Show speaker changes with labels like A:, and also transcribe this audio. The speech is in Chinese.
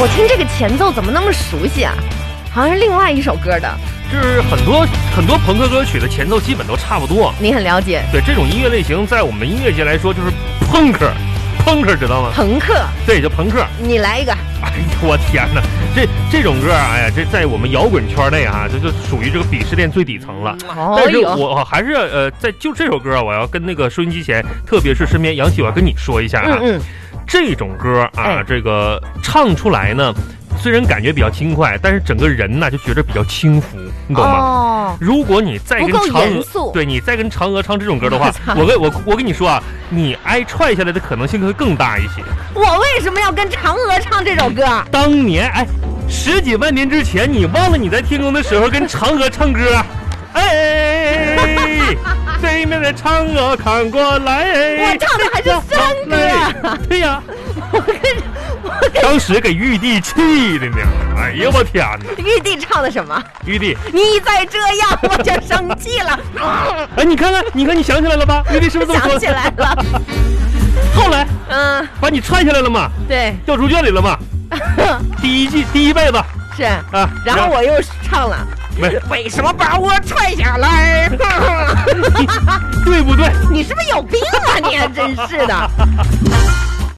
A: 我听这个前奏怎么那么熟悉啊？好像是另外一首歌的。
B: 就是很多很多朋克歌曲的前奏基本都差不多。
A: 你很了解
B: 对这种音乐类型，在我们音乐界来说就是朋克，朋克知道吗？
A: 朋克，
B: 对，就朋克。
A: 你来一个。
B: 哎呦，我天哪！这这种歌啊，哎呀，这在我们摇滚圈内啊，这就属于这个鄙视链最底层了。
A: 哦
B: 但是我还是呃，在就这首歌啊，我要跟那个收音机前，特别是身边杨喜，我要跟你说一下啊，
A: 嗯嗯，
B: 这种歌啊，
A: 哎
B: 这个唱出来呢，虽然感觉比较轻快，但是整个人呢就觉得比较轻浮，你懂吗？
A: 哦，
B: 如果你再跟
A: 不够
B: 嫦
A: 严
B: 娥
A: 肃
B: 对你再跟嫦娥唱这种歌的 话
A: 我操，
B: 我跟我我跟你说啊，你挨踹下来的可能性会更大一些。
A: 我为什么要跟嫦娥唱这首歌？
B: 当年 哎，十几万年之前，你忘了你在天宫的时候跟嫦娥唱歌？啊 哎， 对面的嫦娥看过来，哎
A: 我唱的还是山歌，
B: 对呀、当时给玉帝气的呢，哎呀，我天哪！
A: 玉帝唱的什么？
B: 玉帝，
A: 你再这样我就生气 了，
B: 哎，你看看，你看，你想起来了吧？玉帝是不是这么
A: 想
B: 说
A: 起
B: 的？
A: 来 了。
B: 后来
A: 嗯，
B: 把你踹下来了嘛，
A: 对，
B: 掉猪圈里了嘛，第一季第一辈子
A: 是。
B: 啊。
A: 然后我又唱了，
B: 没，
A: 为什么把我踹下来？
B: 对不对？
A: 你是不是有病啊？你还真是的。